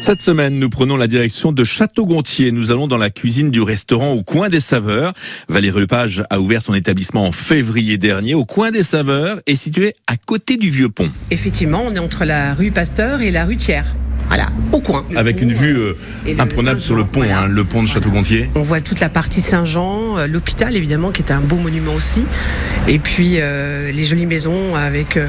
Cette semaine, nous prenons la direction de Château-Gontier. Nous allons dans la cuisine du restaurant au coin des saveurs. Valérie Lepage a ouvert son établissement en février dernier. Au coin des saveurs est situé à côté du vieux pont, Effectivement, on est entre la rue Pasteur et la rue Thiers. Voilà, au coin. avec une vue euh, Et le imprenable sur le pont, Saint-Jean, hein, voilà. le pont de Château-Gontier. On voit toute la partie Saint-Jean, euh, l'hôpital évidemment, qui est un beau monument aussi. Et puis euh, les jolies maisons avec euh,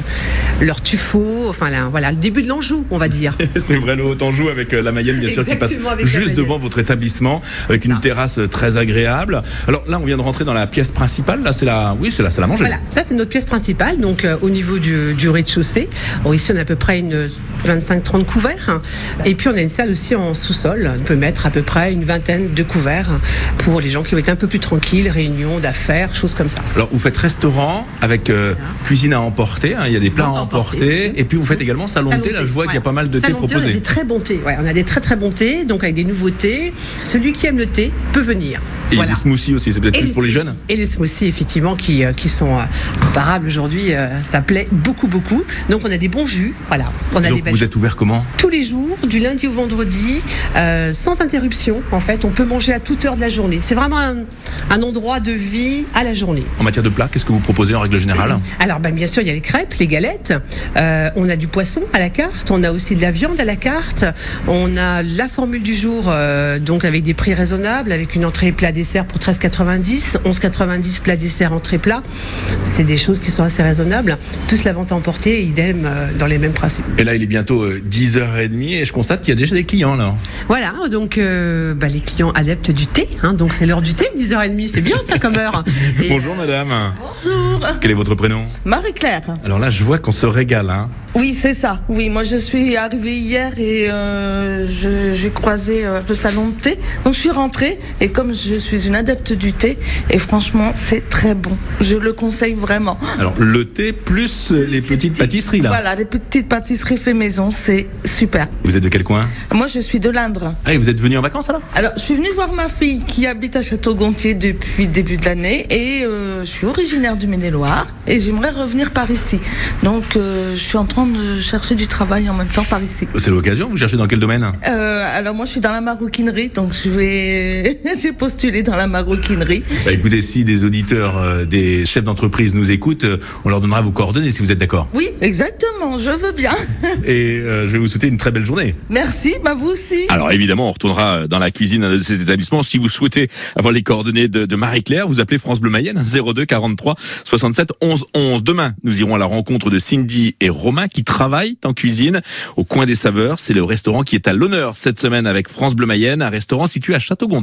leurs tuffeaux. Enfin là, voilà, le début de l'Anjou, on va dire. C'est vrai, le Haut-Anjou avec euh, la Mayenne, bien sûr, qui passe Exactement, avec la juste Mayenne. devant votre établissement, avec une terrasse euh, très agréable. Alors là, on vient de rentrer dans la pièce principale. Là, c'est la, oui, c'est la salle à manger. Voilà, ça c'est notre pièce principale, donc euh, au niveau du, du rez-de-chaussée. Bon, ici on a à peu près une 25-30 couverts. Et puis on a une salle aussi en sous-sol. On peut mettre à peu près une vingtaine de couverts pour les gens qui vont être un peu plus tranquilles, réunions d'affaires, choses comme ça. Alors, vous faites restaurant avec euh, cuisine à emporter. hein, il y a des plats à Plats à emporter, emporter. bien sûr. Et puis, vous faites également salon de thé. Là, je vois qu'il y a pas mal de thé Salon On a proposés. des très bons thés. Ouais, on a des très très bons thés, donc avec des nouveautés. Celui qui aime le thé peut venir. Et Voilà. des smoothies aussi, c'est peut-être Et plus pour les smoothies. jeunes. Et les smoothies, effectivement, qui, euh, qui sont euh, comparables aujourd'hui, euh, ça plaît beaucoup, beaucoup. Donc on a des bons jus, voilà. On a Donc des vous belles- êtes ouvert comment tous les jours, du lundi au vendredi, euh, sans interruption. En fait, on peut manger à toute heure de la journée. C'est vraiment un, un endroit de vie à la journée. En matière de plats, qu'est-ce que vous proposez en règle générale Alors, ben, bien sûr, il y a les crêpes, les galettes. Euh, on a du poisson à la carte. On a aussi de la viande à la carte. On a la formule du jour, euh, donc avec des prix raisonnables, avec une entrée plat dessert pour 13,90, 11,90 plat dessert entrée plat. C'est des choses qui sont assez raisonnables. Plus la vente à emporter, idem euh, dans les mêmes principes. Et là, il est bientôt euh, 10h30 et je constate qu'il y a déjà des clients là. Voilà, donc euh, bah, les clients adeptes du thé. hein, donc c'est l'heure du thé, 10h30. C'est bien ça comme heure. Et, Bonjour madame. Bonjour, Quel est votre prénom Marie-Claire. Alors là, je vois qu'on se régale. Hein. Oui, c'est ça. Oui, moi je suis arrivée hier et euh, je- j'ai croisé euh, le salon de thé. Donc je suis rentrée et comme je suis une adepte du thé, et franchement c'est très bon. Je le conseille vraiment. Alors le thé plus euh, les petites pâtisseries là. Voilà, les petites pâtisseries fait maison, c'est super. Vous êtes de quel coin Moi je suis de l'Indre. Ah, et vous êtes venu en vacances alors Alors je suis venue voir ma fille qui habite à Château-Gontier depuis le début de l'année et euh, je suis originaire du Maine-et-Loire et j'aimerais revenir par ici. Donc euh, je suis en train de chercher du travail en même temps par ici. C'est l'occasion. Vous cherchez dans quel domaine Euh, alors moi je suis dans la maroquinerie, donc je vais j'ai postulé dans la maroquinerie. Bah, Écoutez, si des auditeurs, euh, des chefs d'entreprise nous écoutent, euh, on leur donnera vos coordonnées si vous êtes d'accord. Oui, exactement, je veux bien. Et euh, je vais vous souhaiter une très belle journée. Merci, bah vous aussi. Alors évidemment, on retournera euh, dans la cuisine de cet établissement. Si vous souhaitez avoir les coordonnées de, de Marie-Claire, vous appelez France Bleu Mayenne hein, 02 43 67 11 11. Demain, nous irons à la rencontre de Cindy et Romain qui travaillent en cuisine au coin des saveurs. C'est le restaurant qui est à l'honneur cette semaine avec France Bleu Mayenne, un restaurant situé à Château-Gontier.